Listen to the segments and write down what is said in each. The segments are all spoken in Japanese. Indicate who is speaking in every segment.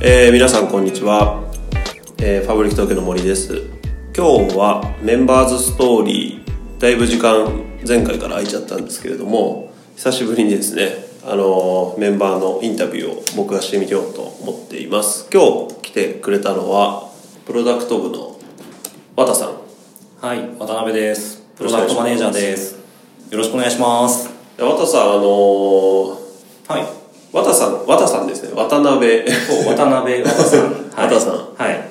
Speaker 1: えー皆さんこんにちは、えーファブリック東京の森です今日はメンバーズストーリーだいぶ時間前回から空いちゃったんですけれども久しぶりにですね、あのーメンバーのインタビューを僕がしてみようと思っています今日来てくれたのはプロダクト部の和田さん
Speaker 2: はい、渡辺です。プ
Speaker 1: よろ
Speaker 2: ロ
Speaker 1: しくお
Speaker 2: ダ
Speaker 1: 願い
Speaker 2: ク
Speaker 1: します
Speaker 2: トマネージャーです。よろしくお願いします。
Speaker 1: 和田さんあのー
Speaker 2: はい。
Speaker 1: 和田さん和田さんですね渡辺
Speaker 2: そう渡辺、渡さん。はい、
Speaker 1: 渡さん
Speaker 2: はい。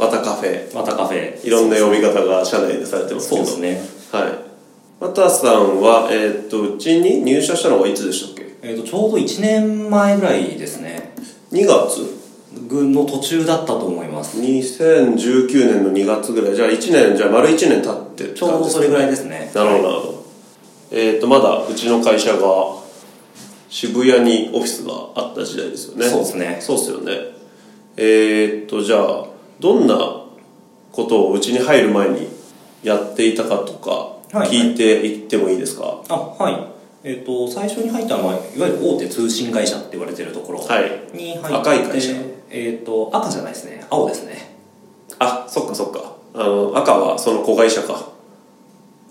Speaker 1: 和田カフェ
Speaker 2: 渡カフェ。
Speaker 1: いろんな読み方が社内でされてますけ
Speaker 2: そう
Speaker 1: ど
Speaker 2: ですね。
Speaker 1: はい。渡さんは、えーっと、うちに入社したのはいつでしたっけ
Speaker 2: えっ、と、ちょうど1年前ぐらいですね。
Speaker 1: ?2 月
Speaker 2: 軍の途中だったと思います。
Speaker 1: ?2019 年の2月ぐらい。じゃあ1年、じゃあ丸1年経ってって
Speaker 2: ちょう
Speaker 1: 感
Speaker 2: ど
Speaker 1: じ
Speaker 2: それぐらいですね。
Speaker 1: なるほど、なるほど。えーっと、まだうちの会社が渋谷にオフィスがあった時代ですよね。
Speaker 2: そうですね。
Speaker 1: そうっすよね。えーっと、じゃあ、どんなことをうちに入る前にやっていたかとか、
Speaker 2: はい
Speaker 1: 聞いていってもいいですかは
Speaker 2: あ、はい。えっ、と、最初に入ったのは、いわゆる大手通信会社って言われてるところに
Speaker 1: い。
Speaker 2: 入って、
Speaker 1: 赤い会社
Speaker 2: えっ、と、赤じゃないですね。青ですね。
Speaker 1: あそっかそっかあの赤はその子会社か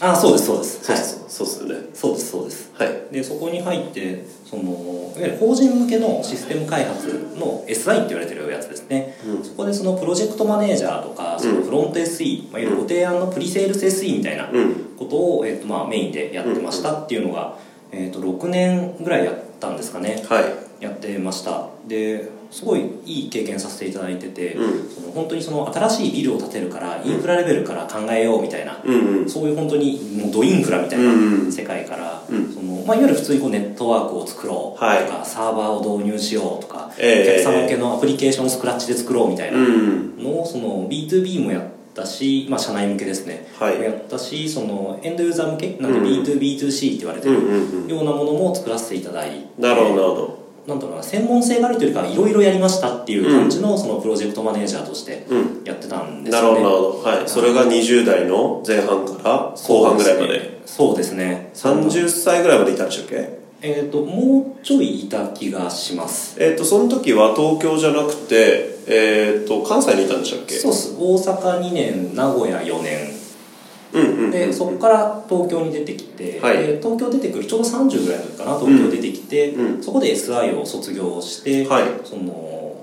Speaker 2: あ、そうです、そうです。
Speaker 1: そう
Speaker 2: は
Speaker 1: っ
Speaker 2: い。
Speaker 1: すそうっすよね
Speaker 2: そうです、そうです。
Speaker 1: はい
Speaker 2: でそこに入ってそのいわゆる法人向けのシステム開発の SI って言われてるやつですね、そこでそのプロジェクトマネージャーとかそのフロント SE、まあ、いわゆるご提案のプリセールス SE みたいな
Speaker 1: うん
Speaker 2: ことを、えっとまあ、メインでやってましたっていうのが、えっと6年ぐらいやったんですかね
Speaker 1: はい
Speaker 2: やってましたですごいいい経験させていただいてて、
Speaker 1: うん
Speaker 2: その本当にその新しいビルを建てるからインフラレベルから考えようみたいな
Speaker 1: うんうん
Speaker 2: そういう本当にもうドインフラみたい
Speaker 1: うんうん
Speaker 2: な世界から、
Speaker 1: うん
Speaker 2: そのまあ、いわゆる普通にこうネットワークを作ろうとか、
Speaker 1: は
Speaker 2: サーバーを導入しようとか、
Speaker 1: ええ
Speaker 2: お客様向けのアプリケーションをスクラッチで作ろうみたいな
Speaker 1: うん
Speaker 2: のをその B2B もやったし、まあ、社内向けですね、
Speaker 1: はい
Speaker 2: もやったしそのエンドユーザー向けなんで
Speaker 1: うん
Speaker 2: B2B2C って言われて
Speaker 1: うん
Speaker 2: る
Speaker 1: うんうん
Speaker 2: ようなものも作らせていただいて
Speaker 1: なるほどなるほど
Speaker 2: なんだろうな専門性があるというよりかいろいろやりましたっていう感じのそのプロジェクトマネージャーとして
Speaker 1: うん
Speaker 2: やってたんです
Speaker 1: なるほ
Speaker 2: よ
Speaker 1: ど
Speaker 2: ね
Speaker 1: なるほどはいそれが20代の前半から後半ぐらいまで
Speaker 2: そうですねそうですね
Speaker 1: 30歳ぐらいまでいたんでしたっけ
Speaker 2: えー、ともうちょいいた気がします
Speaker 1: えっ、とその時は東京じゃなくてえっ、と関西にいたんでしたっけ
Speaker 2: そうっす大阪2年名古屋4年
Speaker 1: うんうんうん
Speaker 2: でそこから東京に出てきて、
Speaker 1: はい
Speaker 2: で東京出てくるちょうど30ぐらいの時かな東京出てきて、
Speaker 1: うん
Speaker 2: そこで SI を卒業して、
Speaker 1: はい
Speaker 2: その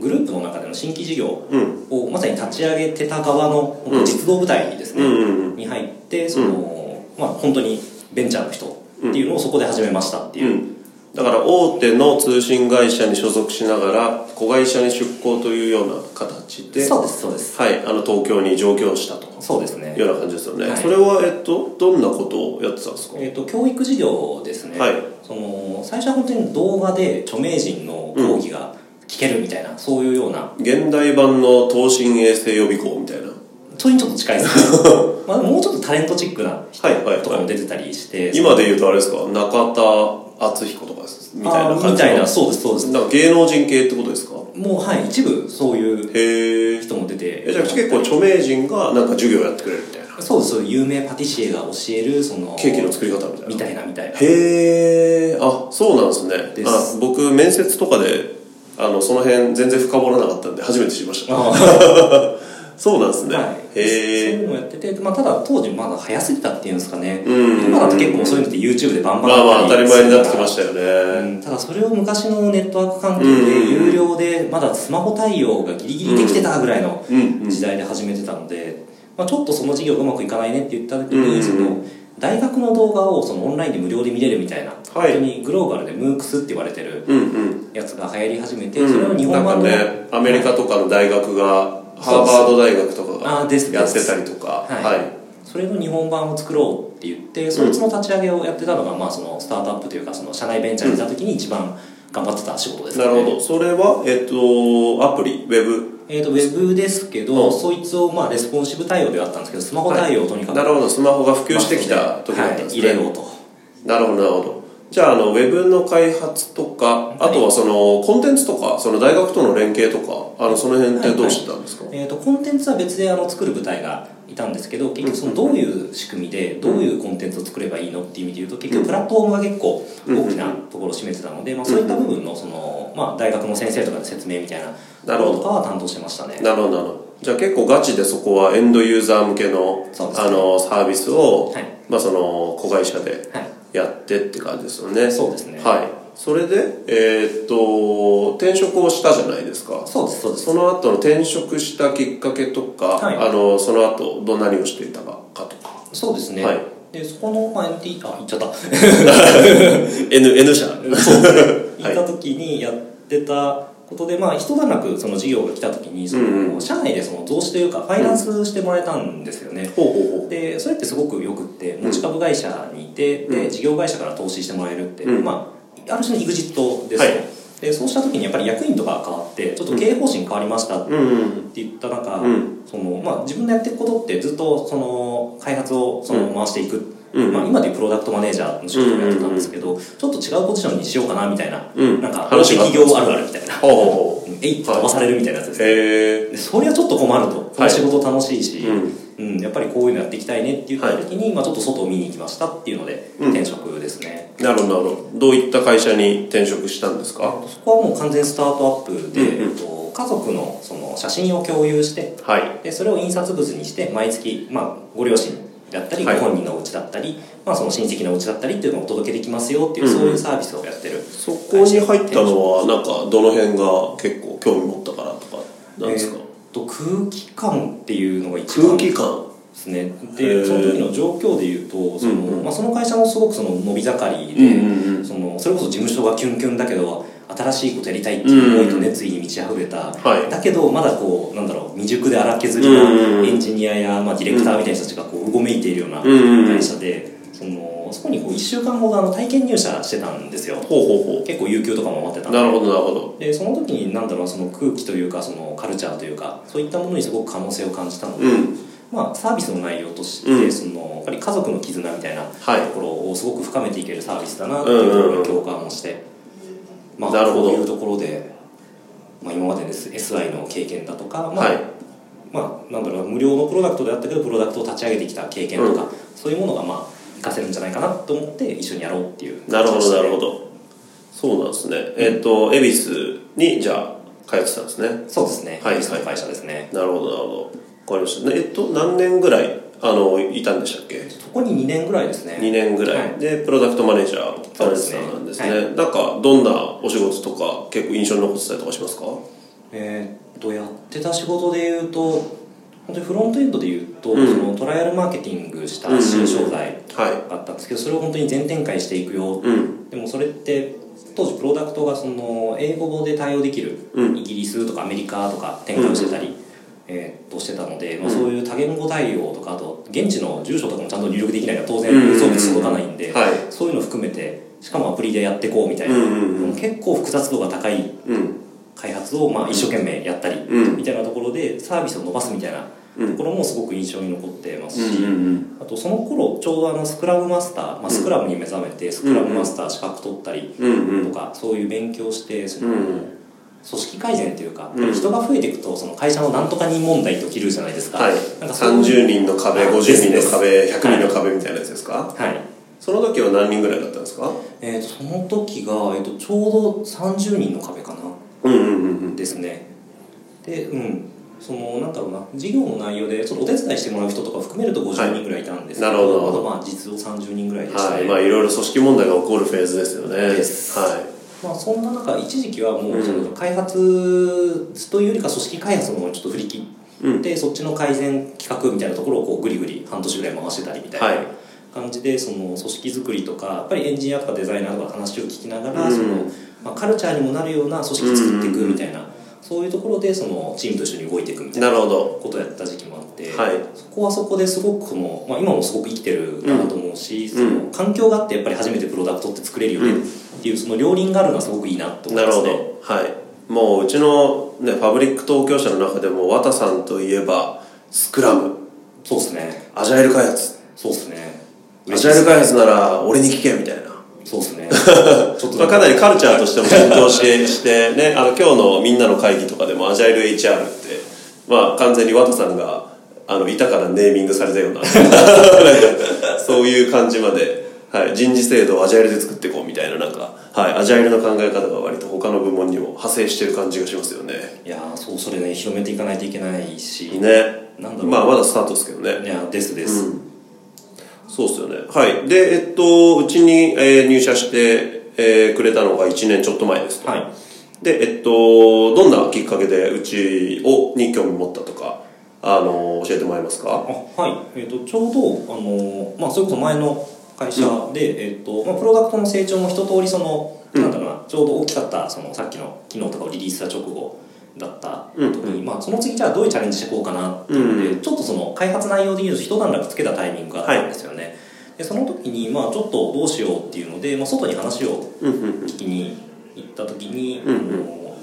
Speaker 2: グループの中での新規事業
Speaker 1: うん
Speaker 2: をまさに立ち上げてた側の
Speaker 1: うん
Speaker 2: 実動部隊です
Speaker 1: う
Speaker 2: ね、
Speaker 1: んうん
Speaker 2: に入ってその、まあ本当にベンチャーの人っていうのをそこで始めましたって
Speaker 1: う
Speaker 2: いう、
Speaker 1: んだから大手の通信会社に所属しながら子会社に出向というような形で
Speaker 2: そうですそうです
Speaker 1: はい、あの東京に上京したと
Speaker 2: そうですね
Speaker 1: いうような感じですよね、
Speaker 2: はい
Speaker 1: それは、えっと、どんなことをやってたんですか、
Speaker 2: えー、と教育事業ですね、
Speaker 1: はい
Speaker 2: その最初は本当に動画で著名人の講義が聞けるみたいな、そういうような
Speaker 1: 現代版の東進衛星予備校みたいな
Speaker 2: それにちょっと近いです ねまあもうちょっとタレントチックな人
Speaker 1: はいはいはい
Speaker 2: とかも出てたりして、
Speaker 1: 今で言うとあれですか中田敦彦とかですみたいな
Speaker 2: あ
Speaker 1: 感じ
Speaker 2: ー
Speaker 1: の
Speaker 2: みたいなそうですそうです
Speaker 1: なんか芸能人系ってことですか
Speaker 2: もうはい一部そういう
Speaker 1: へえ
Speaker 2: 人も出て
Speaker 1: じゃあ結構著名人がなんか授業やってくれるみたいな
Speaker 2: そうですそういう有名パティシエが教えるその
Speaker 1: ケーキの作り方みたいな
Speaker 2: みたいなみたいな
Speaker 1: へえあそうなんですね
Speaker 2: です
Speaker 1: あ僕面接とかであのその辺全然深掘らなかったんで初めて知りました
Speaker 2: あー
Speaker 1: そうなんですね、
Speaker 2: はい、
Speaker 1: へえ
Speaker 2: そういうのもやってて、まあ、ただ当時まだ早すぎたっていうんですかね、
Speaker 1: うん
Speaker 2: 今だと結構そういうのって YouTube でバンバン
Speaker 1: まあまあ当たり前になってきま
Speaker 2: し
Speaker 1: したよね、
Speaker 2: ただそれを昔のネットワーク環境
Speaker 1: うん
Speaker 2: で有料でまだスマホ対応がギリギリできてたぐらいの
Speaker 1: うんうん
Speaker 2: 時代で始めてたので、まあ、ちょっとその事業がうまくいかないねって言った時
Speaker 1: うんうん
Speaker 2: にその大学の動画をそのオンラインで無料で見れるみたいな、
Speaker 1: はい
Speaker 2: 本当にグローバルで MOOCs って言われてる
Speaker 1: うんうん
Speaker 2: やつが流行り始めて、
Speaker 1: うん
Speaker 2: それを日本
Speaker 1: な
Speaker 2: 版
Speaker 1: ん
Speaker 2: の、
Speaker 1: かねアメリカとかの大学がハーバード大学とか
Speaker 2: あーです
Speaker 1: がやってたりとか
Speaker 2: です
Speaker 1: は、
Speaker 2: はいそれの日本版を作ろうって言ってそいつの立ち上げをやってたのが、まあ、そのスタートアップというかその社内ベンチャーにいた時に一番頑張ってた仕事ですね
Speaker 1: なるほどそれはえっとアプリウェブ
Speaker 2: えー、とウェブですけ
Speaker 1: う
Speaker 2: ど、
Speaker 1: ん
Speaker 2: そいつをまあレスポンシブ対応ではあったんですけどスマホ対応をとにかく、
Speaker 1: なるほどスマホが普及してきた時だったん
Speaker 2: はい
Speaker 1: です
Speaker 2: 入
Speaker 1: ね、
Speaker 2: れようと
Speaker 1: なるほどなるほどじゃああのウェブの開発とかあとはそのコンテンツとかその大学との連携とかあのその辺ってどうしてたんですか、
Speaker 2: えー、とコンテンツは別であの作る部隊がいたんですけど結局そのどういう仕組みでどういうコンテンツを作ればいいのっていう意味で言うと結局プラットフォームが結構大きなところを占めてたので、まあ、そういった部分のその、まあ、大学の先生とかの説明みたいな
Speaker 1: なる
Speaker 2: と
Speaker 1: ほ
Speaker 2: ころ
Speaker 1: ど
Speaker 2: とかは担当してましたね。
Speaker 1: なるほどなるほどじゃあ結構ガチでそこはエンドユーザー向けの
Speaker 2: そうですね
Speaker 1: あのサービスを、
Speaker 2: はい
Speaker 1: まあ、その子会社で
Speaker 2: はい
Speaker 1: やってって感じですよね
Speaker 2: そうですね
Speaker 1: はいそれでえーっと転職をしたじゃないですか
Speaker 2: そうですそうです
Speaker 1: その後の転職したきっかけとか、
Speaker 2: はい
Speaker 1: あのその後どんなにをしていたかかとか
Speaker 2: そうですね、
Speaker 1: はい
Speaker 2: でそこの、まあ、NT あ言っちゃった
Speaker 1: N, N 社
Speaker 2: そうですね
Speaker 1: は
Speaker 2: 行
Speaker 1: い
Speaker 2: った時にやってたことで、まあ、一段落その事業が来た時にそ
Speaker 1: うん
Speaker 2: の社内でその増資というかファイナンスしてもらえたんですよね、
Speaker 1: ほうほうほう
Speaker 2: でそれってすごくよくって持ち株会社にいて、
Speaker 1: う
Speaker 2: で
Speaker 1: ん
Speaker 2: 事業会社から投資してもらえるって、
Speaker 1: うん
Speaker 2: まあ、ある種の EXIT ですね、
Speaker 1: はい
Speaker 2: でそうした時にやっぱり役員とか変わってちょっと経営方針変わりましたっ
Speaker 1: うんうん
Speaker 2: って言った中、
Speaker 1: うん
Speaker 2: そのまあ、自分のやってることってずっとその開発をその
Speaker 1: うん
Speaker 2: 回していく、
Speaker 1: うん
Speaker 2: まあ、今でいうプロダクトマネージャーの仕事をやってたんですけど、ちょっと違うポジションにしようかなみたいな、
Speaker 1: うん
Speaker 2: なんか大手
Speaker 1: 話が
Speaker 2: 企業あるあるみたいな
Speaker 1: ほうほうほ
Speaker 2: 「えい!」って飛ばされるみたいなやつです
Speaker 1: う
Speaker 2: ね、
Speaker 1: へえ
Speaker 2: でそりゃちょっと困るとこの仕事楽しいし、
Speaker 1: うん
Speaker 2: うんやっぱりこういうのやっていきたいねって言った時に、まあ、ちょっと外を見に行きましたっていうので
Speaker 1: うん
Speaker 2: 転職ですね、
Speaker 1: なるほどなるほどどういった会社に転職したんですか
Speaker 2: そこはもう完全スタートアップで、
Speaker 1: うんうん
Speaker 2: えっと、家族のその写真を共有して
Speaker 1: はい
Speaker 2: でそれを印刷物にして毎月、まあ、ご両親だったりご
Speaker 1: はい
Speaker 2: 本人のお家だったり、まあ、その親戚のお家だったりっていうのをお届けできますよっていう、
Speaker 1: うん
Speaker 2: そういうサービスをやってる
Speaker 1: そこに入ったのはなんかどの辺が結構興味持ったからとかなんですか、
Speaker 2: えーと空気感っていうのが一
Speaker 1: 空
Speaker 2: 番
Speaker 1: 気感
Speaker 2: ですね
Speaker 1: へ
Speaker 2: で
Speaker 1: ー
Speaker 2: その時の状況でいうとその,、
Speaker 1: うんうん
Speaker 2: まあ、その会社もすごくその伸び盛りで、
Speaker 1: うん
Speaker 2: そのそれこそ事務所がキュンキュンだけど新しいことやりたいっていう思いと熱意に満ち溢れた、
Speaker 1: はい
Speaker 2: だけどまだこうなんだろう未熟で荒削りな
Speaker 1: うん
Speaker 2: エンジニアや、まあ、ディレクターみたいな人たちがこううごめいているような
Speaker 1: うん
Speaker 2: 会社でそのそこにこう1週間ほどあの体験入社してたんですよ
Speaker 1: ほうほうほ
Speaker 2: 結構有給とかも待ってた
Speaker 1: うん
Speaker 2: で
Speaker 1: なるほどなるほど
Speaker 2: でその時になんだろうその空気というかそのカルチャーというかそういったものにすごく可能性を感じたので、
Speaker 1: うん
Speaker 2: まあ、サービスの内容として、
Speaker 1: うん
Speaker 2: そのやっぱり家族の絆みたいな
Speaker 1: はい
Speaker 2: ところをすごく深めていけるサービスだなっていうところに共感をして、まあ、
Speaker 1: なるほど
Speaker 2: こういうところで、まあ、今までです SI の経験だとか、まあ
Speaker 1: はい
Speaker 2: まあ、なんだろう無料のプロダクトであったけどプロダクトを立ち上げてきた経験とか、そういうものがまあ活かせるんじゃないかなと思って一緒にやろうっていう
Speaker 1: なるほどなるほ
Speaker 2: ど
Speaker 1: どそうなんですね、えっ、と恵比寿にじゃあ通ってたんですね
Speaker 2: そうですね
Speaker 1: はい
Speaker 2: 一緒の会社ですね
Speaker 1: なるほどなるほどわかりましたねえっと何年ぐらいあのいたんでしたっけ
Speaker 2: そこに2年ぐらいですね
Speaker 1: 2年ぐらい、
Speaker 2: は
Speaker 1: でプロダクトマネージャー
Speaker 2: そ
Speaker 1: さ
Speaker 2: うんで
Speaker 1: ですす
Speaker 2: ね
Speaker 1: ねなんですねなんかどんなお仕事とか結構印象に残ってたりとかしますか
Speaker 2: えーっとやってた仕事で言うと本当にフロントエンドで言うと、
Speaker 1: うん
Speaker 2: そのトライアルマーケティングした
Speaker 1: うんうん
Speaker 2: 新商材
Speaker 1: は
Speaker 2: があったんですけどそれを本当に全展開していくよ
Speaker 1: いうん
Speaker 2: でもそれって当時プロダクトがその英語語で対応できる、
Speaker 1: うん
Speaker 2: イギリスとかアメリカとか展開をしてたり、えーっとしてたので、まあ、そういう多言語対応とかあと現地の住所とかもちゃんと入力できないから当然
Speaker 1: うんうんうん
Speaker 2: 郵送物届かないんで、
Speaker 1: はい
Speaker 2: そういうの含めてしかもアプリでやっていこうみたいな、
Speaker 1: うんうんうん
Speaker 2: 結構複雑度が高い
Speaker 1: うん
Speaker 2: 開発をまあ一生懸命やったり
Speaker 1: うん
Speaker 2: みたいなところでサービスを伸ばすみたいなところもすごく印象に残ってますし、
Speaker 1: うん
Speaker 2: あとその頃ちょうどあのスクラムマスター、まあ、スクラムに目覚めてスクラムマスター資格取ったり
Speaker 1: うんうんうん
Speaker 2: とかそういう勉強してそ
Speaker 1: うん
Speaker 2: の
Speaker 1: うん
Speaker 2: 組織改善というか
Speaker 1: うん
Speaker 2: 人が増えていくとその会社のなんとか人問題と起きるじゃないですか,、
Speaker 1: はい、
Speaker 2: なんかそういう
Speaker 1: 30人の壁
Speaker 2: あ
Speaker 1: 50
Speaker 2: です
Speaker 1: 人
Speaker 2: で
Speaker 1: の
Speaker 2: す
Speaker 1: 壁100人の壁みたいなやつですか
Speaker 2: はい
Speaker 1: その時は何人ぐらいだったんですか
Speaker 2: えー、とその時が、えー、とちょうど30人の壁か
Speaker 1: う
Speaker 2: な
Speaker 1: んうんうん
Speaker 2: ですねでうんそのなんだろうな事業の内容でちょっとお手伝いしてもらう人とか含めると50人ぐらいいたんですけど,、
Speaker 1: はいなるほど
Speaker 2: まだまあ実を30人ぐらいでした
Speaker 1: は
Speaker 2: ね、
Speaker 1: いまあいろいろ組織問題が起こるフェーズですよね
Speaker 2: です
Speaker 1: はい
Speaker 2: まあ、そんな中一時期はも
Speaker 1: う
Speaker 2: うんその開発というよりか組織開発の方にちょっと振り切って、そっちの改善企画みたいなところをこうぐりぐり半年ぐらい回してたりみたいな、
Speaker 1: はい
Speaker 2: 感じでその組織作りとかやっぱりエンジニアとかデザイナーとか話を聞きながら、
Speaker 1: うん
Speaker 2: そのまあ、カルチャーにもなるような組織作っていくみたいな、そういうところでそのチームと一緒に動いていくみたいな
Speaker 1: なるほど
Speaker 2: ことをやった時期もあって、
Speaker 1: はい
Speaker 2: そこはそこですごくこの、まあ、今もすごく生きてるなと思うし、
Speaker 1: ん
Speaker 2: その環境があってやっぱり初めてプロダクトって作れるよねっていうその両輪があるのはすごくいいなと思い
Speaker 1: な
Speaker 2: ま
Speaker 1: る
Speaker 2: す
Speaker 1: ほ
Speaker 2: ね。
Speaker 1: どはいもううちのねファブリック東京社の中でも綿さんといえばスクラム
Speaker 2: そうですね。
Speaker 1: アジャイル開発
Speaker 2: そうですね。
Speaker 1: アジャイル開発なら俺に聞けみたいな
Speaker 2: そうですね。 ちょっと
Speaker 1: まあ、かなりカルチャーとしても浸透してして、ね、あの今日のみんなの会議とかでもアジャイル HR って、まあ、完全にワトさんがあのいたからネーミングされたような なんかそういう感じまで、はい、人事制度をアジャイルで作っていこうみたいななんか、はい、アジャイルの考え方が割と他の部門にも派生してる感じがしますよね。
Speaker 2: いやーそうそれね広めていかないといけないし、
Speaker 1: ね
Speaker 2: なんだろう
Speaker 1: まあ、まだスタートですけどね。
Speaker 2: いやですです、
Speaker 1: そうですよね。はい。で、えっと、うちに、えー入社して、えーくれたのが1年ちょっと前ですと
Speaker 2: はい
Speaker 1: で、えっと、どんなきっかけでうちをに興味持ったとか、あの、教えてもらえます
Speaker 2: あ
Speaker 1: か
Speaker 2: はい、えー、とちょうど、あのーまあ、それこそ前の会社で、えーとまあ、プロダクトの成長も一通りその、なんだろうなちょうど大きかったそのさっきの機能とかをリリースした直後だった時に、まあ、その次じゃあどういうチャレンジしていこうかなっていうので、ちょっとその開発内容で言うと一段落つけたタイミングがあったんですよね、でその時に、まあ、ちょっとどうしようっていうので、まあ、外に話を
Speaker 1: うんうんうん。
Speaker 2: 聞きに行った時に、
Speaker 1: ん
Speaker 2: あの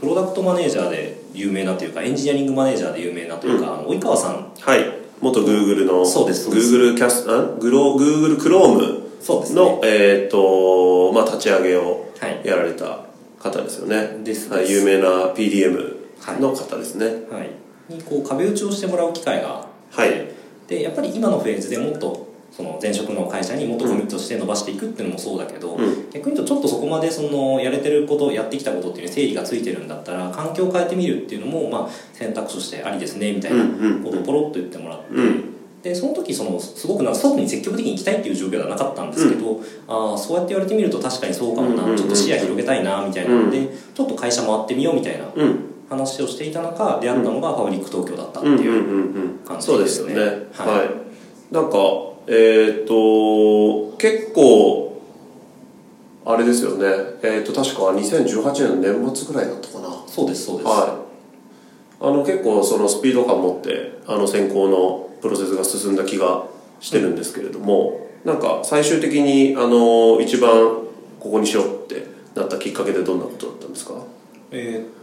Speaker 2: プロダクトマネージャーで有名なというかエンジニアリングマネージャーで有名なというか、あの及川さん
Speaker 1: はい。元 Google の、
Speaker 2: そうですそうです
Speaker 1: Google キャス、あグロ、Google Chrome
Speaker 2: そうですね
Speaker 1: の、えーっと、まあ、立ち上げを
Speaker 2: はい
Speaker 1: やられた方ですよね。
Speaker 2: です
Speaker 1: はい、有名な PDM の方ですね。
Speaker 2: はい、にこう壁打ちをしてもらう機会があって、
Speaker 1: はい
Speaker 2: でやっぱり今のフェーズでもっとその前職の会社にもっとコミットして伸ばしていくっていうのもそうだけど、
Speaker 1: うん
Speaker 2: 逆に言うとちょっとそこまでそのやれてることやってきたことっていう整理がついてるんだったら環境を変えてみるっていうのもまあ選択肢としてありですねみたいなことをポロッと言ってもらって、
Speaker 1: うん。
Speaker 2: でその時そのすごくな外に積極的に行きたいっていう状況ではなかったんですけど、ああそうやって言われてみると確かにそうかもな、
Speaker 1: うんうんうん
Speaker 2: ちょっと視野広げたいなみたいなので、ちょっと会社回ってみようみたいな
Speaker 1: うん。
Speaker 2: 話をしていた中出会ったのがファブリック東京だったって
Speaker 1: うんうん
Speaker 2: いう、
Speaker 1: うんう
Speaker 2: 感
Speaker 1: ん。
Speaker 2: じ
Speaker 1: そうで
Speaker 2: ですす
Speaker 1: よ
Speaker 2: ね
Speaker 1: ね。はい。
Speaker 2: はい
Speaker 1: なんか、えーっと、結構、あれですよね。えーっと、確か2018年の年末ぐらいだったかな。
Speaker 2: そうですそうです、
Speaker 1: はい。あの、結構そのスピード感持って、あの選考のプロセスが進んだ気がしてるんですけれども、なんか最終的に、あの、一番ここにしようってなったきっかけでどんなことだったんですか
Speaker 2: えーっと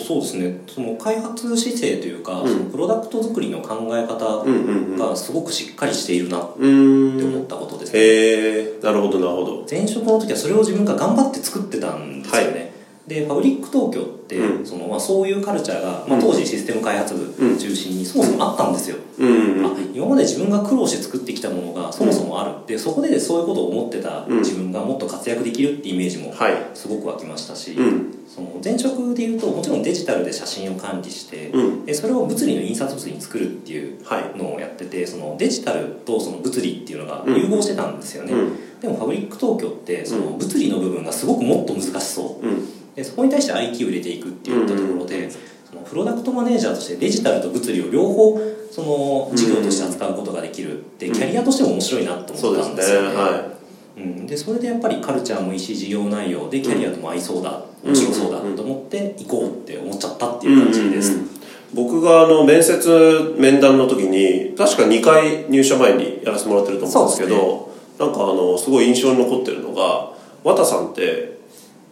Speaker 2: そうですねその開発姿勢というか、そのプロダクト作りの考え
Speaker 1: うん
Speaker 2: 方
Speaker 1: うんうん。
Speaker 2: がすごくしっかりしているなっ
Speaker 1: うー
Speaker 2: て
Speaker 1: ん。
Speaker 2: 思ったことですね、
Speaker 1: へえ、なるほどなるほど。
Speaker 2: 前職の時はそれを自分が頑張って作ってたんですよね、でファブリック東京って、
Speaker 1: う
Speaker 2: そのまあ、そういうカルチャーが、まあ、当時システム開発部中心にそもそもあったんですよ、
Speaker 1: うんうん。
Speaker 2: あ今まで自分が苦労して作ってきたものがそもそもある、でそこでそういうことを思ってた自分がもっと活躍できるってイメージも
Speaker 1: はい。
Speaker 2: すごく湧きましたし、
Speaker 1: うん。
Speaker 2: その前職でいうともちろんデジタルで写真を管理して、
Speaker 1: うん。
Speaker 2: でそれを物理の印刷物に作るっていう
Speaker 1: はい。
Speaker 2: のをやっててそのデジタルとその物理っていうのが融合してたんですよね、
Speaker 1: うん。
Speaker 2: でもファブリック東京ってその物理の部分がすごくもっと難しそう
Speaker 1: うん。
Speaker 2: でそこに対して IT を入れていくっていったところで、そのプロダクトマネージャーとしてデジタルと物理を両方その事業として扱うことができるって、
Speaker 1: うん
Speaker 2: キャリアとしても面白いなと
Speaker 1: そ
Speaker 2: 思
Speaker 1: う
Speaker 2: っ
Speaker 1: で
Speaker 2: た
Speaker 1: すね。
Speaker 2: んですよね
Speaker 1: は
Speaker 2: うん、でそれでやっぱりカルチャーもいいし事業内容でキャリアとも合いそうだ、
Speaker 1: うん
Speaker 2: 面白そうだと思って行こうって思っちゃったっ
Speaker 1: い。
Speaker 2: ていう感じで
Speaker 1: う
Speaker 2: す、
Speaker 1: んうんうん僕があの面接面談の時に確か2回入社前にやらせてもらってると思うんですけどなんかあのすごい印象に残ってるのが綿さんって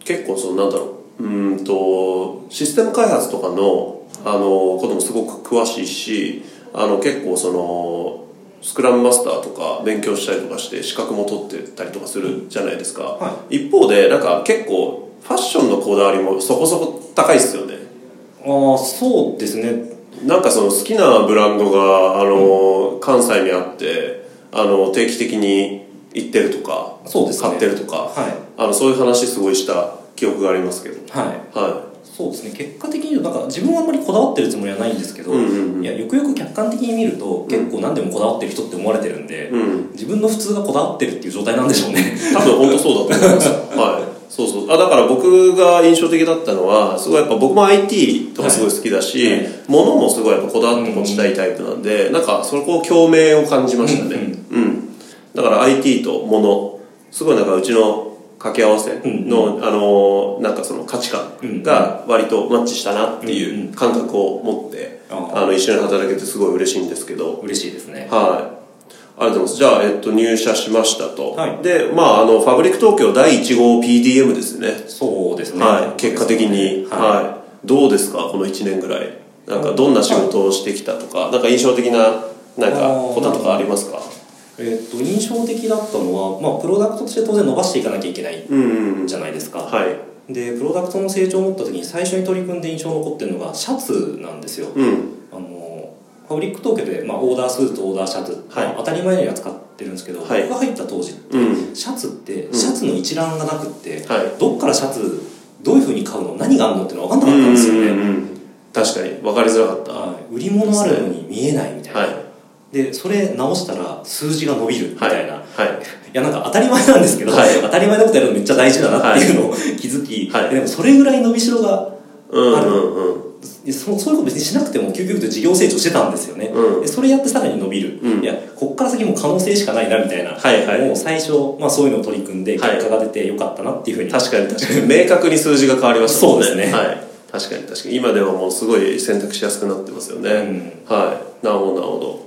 Speaker 1: 結構そのなんだろううーんとシステム開発とかのあのこともすごく詳しいしあの結構そのスクラムマスターとか勉強したりとかして資格も取ってたりとかするじゃないですか、
Speaker 2: は
Speaker 1: 一方でなんか結構ファッションのこだわりもそこそこ高いっすよね
Speaker 2: ああそうですね
Speaker 1: なんかその好きなブランドがあの、関西にあってあの定期的に行ってるとか
Speaker 2: そうですね
Speaker 1: 買ってるとか
Speaker 2: は
Speaker 1: あのそういう話すごいした記憶がありますけど
Speaker 2: いはい
Speaker 1: は
Speaker 2: そうですね結果的に言うとなんか自分はあんまりこだわってるつもりはないんですけど、
Speaker 1: うんうんうん
Speaker 2: いやよくよく客観的に見ると結構何でもこだわってる人って思われてるんで、
Speaker 1: い、うん、
Speaker 2: 自分の普通がこだわってるっていう状態なんでしょうね
Speaker 1: 多分本当そうだと思い ますはいそうそうあだから僕が印象的だったのはすごいやっぱ僕も IT とかすごい好きだし、
Speaker 2: はいはい
Speaker 1: 物もすごいやっぱこだわって持ちたいタイプなんで、なんかそこを共鳴を感じましたねうん、だから IT と物すごいなんかうちの掛け合わせの、あのーなんかその価値観が割とマッチしたなっていう感覚を持って、
Speaker 2: あ
Speaker 1: あの一緒に働けてすごい嬉しいんですけど
Speaker 2: 嬉しいですね
Speaker 1: はい。ありがとうございます。じゃあ、えっと、入社しましたと。
Speaker 2: はい
Speaker 1: で、まあ、あの、ファブリック東京第1号 PDM ですね。
Speaker 2: そうですね
Speaker 1: はい。結果的に。
Speaker 2: は
Speaker 1: はい。どうですか、この1年ぐらい。なんか、どんな仕事をしてきたとか、なんか印象的な、なんか、
Speaker 2: あー
Speaker 1: こととかありますか
Speaker 2: いえっと印象的だったのは、まあ、プロダクトとして当然伸ばしていかなきゃいけない
Speaker 1: うんうんうん
Speaker 2: じゃないですか、
Speaker 1: はい
Speaker 2: でプロダクトの成長を持った時に最初に取り組んで印象に残ってるのがシャツなんですよ、
Speaker 1: うん
Speaker 2: あのファブリック東京で、まあ、オーダースーツオーダーシャツ、
Speaker 1: はい
Speaker 2: まあ当たり前のように扱ってるんですけど、
Speaker 1: はい
Speaker 2: 僕が入った当時って、
Speaker 1: うん
Speaker 2: シャツって
Speaker 1: ん
Speaker 2: シャツの一覧がなくって、
Speaker 1: はい
Speaker 2: どっからシャツどういうふうに買うの何があるのっていうのが分かんなか
Speaker 1: う
Speaker 2: ったん
Speaker 1: ん
Speaker 2: ですよね、
Speaker 1: うんうん確かに分かりづらかった
Speaker 2: はい売り物あるのに見えないみたいな、
Speaker 1: はい
Speaker 2: でそれ直したら数字が伸びるみ
Speaker 1: はい
Speaker 2: たいな、い、
Speaker 1: はい
Speaker 2: やなんか当たり前なんですけど、
Speaker 1: はい
Speaker 2: 当たり前のことやるのめっちゃ大事だなっていうのを気づき、
Speaker 1: はい
Speaker 2: でもそれぐらい伸びしろが
Speaker 1: うん
Speaker 2: ある
Speaker 1: うんうん
Speaker 2: そそういうこと別にしなくても究極と事業成長してたんですよね、
Speaker 1: うん
Speaker 2: でそれやってさらに伸びる、
Speaker 1: うん
Speaker 2: いやこっから先も可能性しかないなみたいな、
Speaker 1: はいはい
Speaker 2: もう最初、まあ、そういうのを取り組んで結
Speaker 1: はい
Speaker 2: 果が出てよかったなっていうふうに、
Speaker 1: 確かに確かに 明確に数字が変わりましたもんね
Speaker 2: そうですね
Speaker 1: はい確かに確かに今ではもうすごい選択しやすくなってますよね、
Speaker 2: うん
Speaker 1: はいなるほどなるほど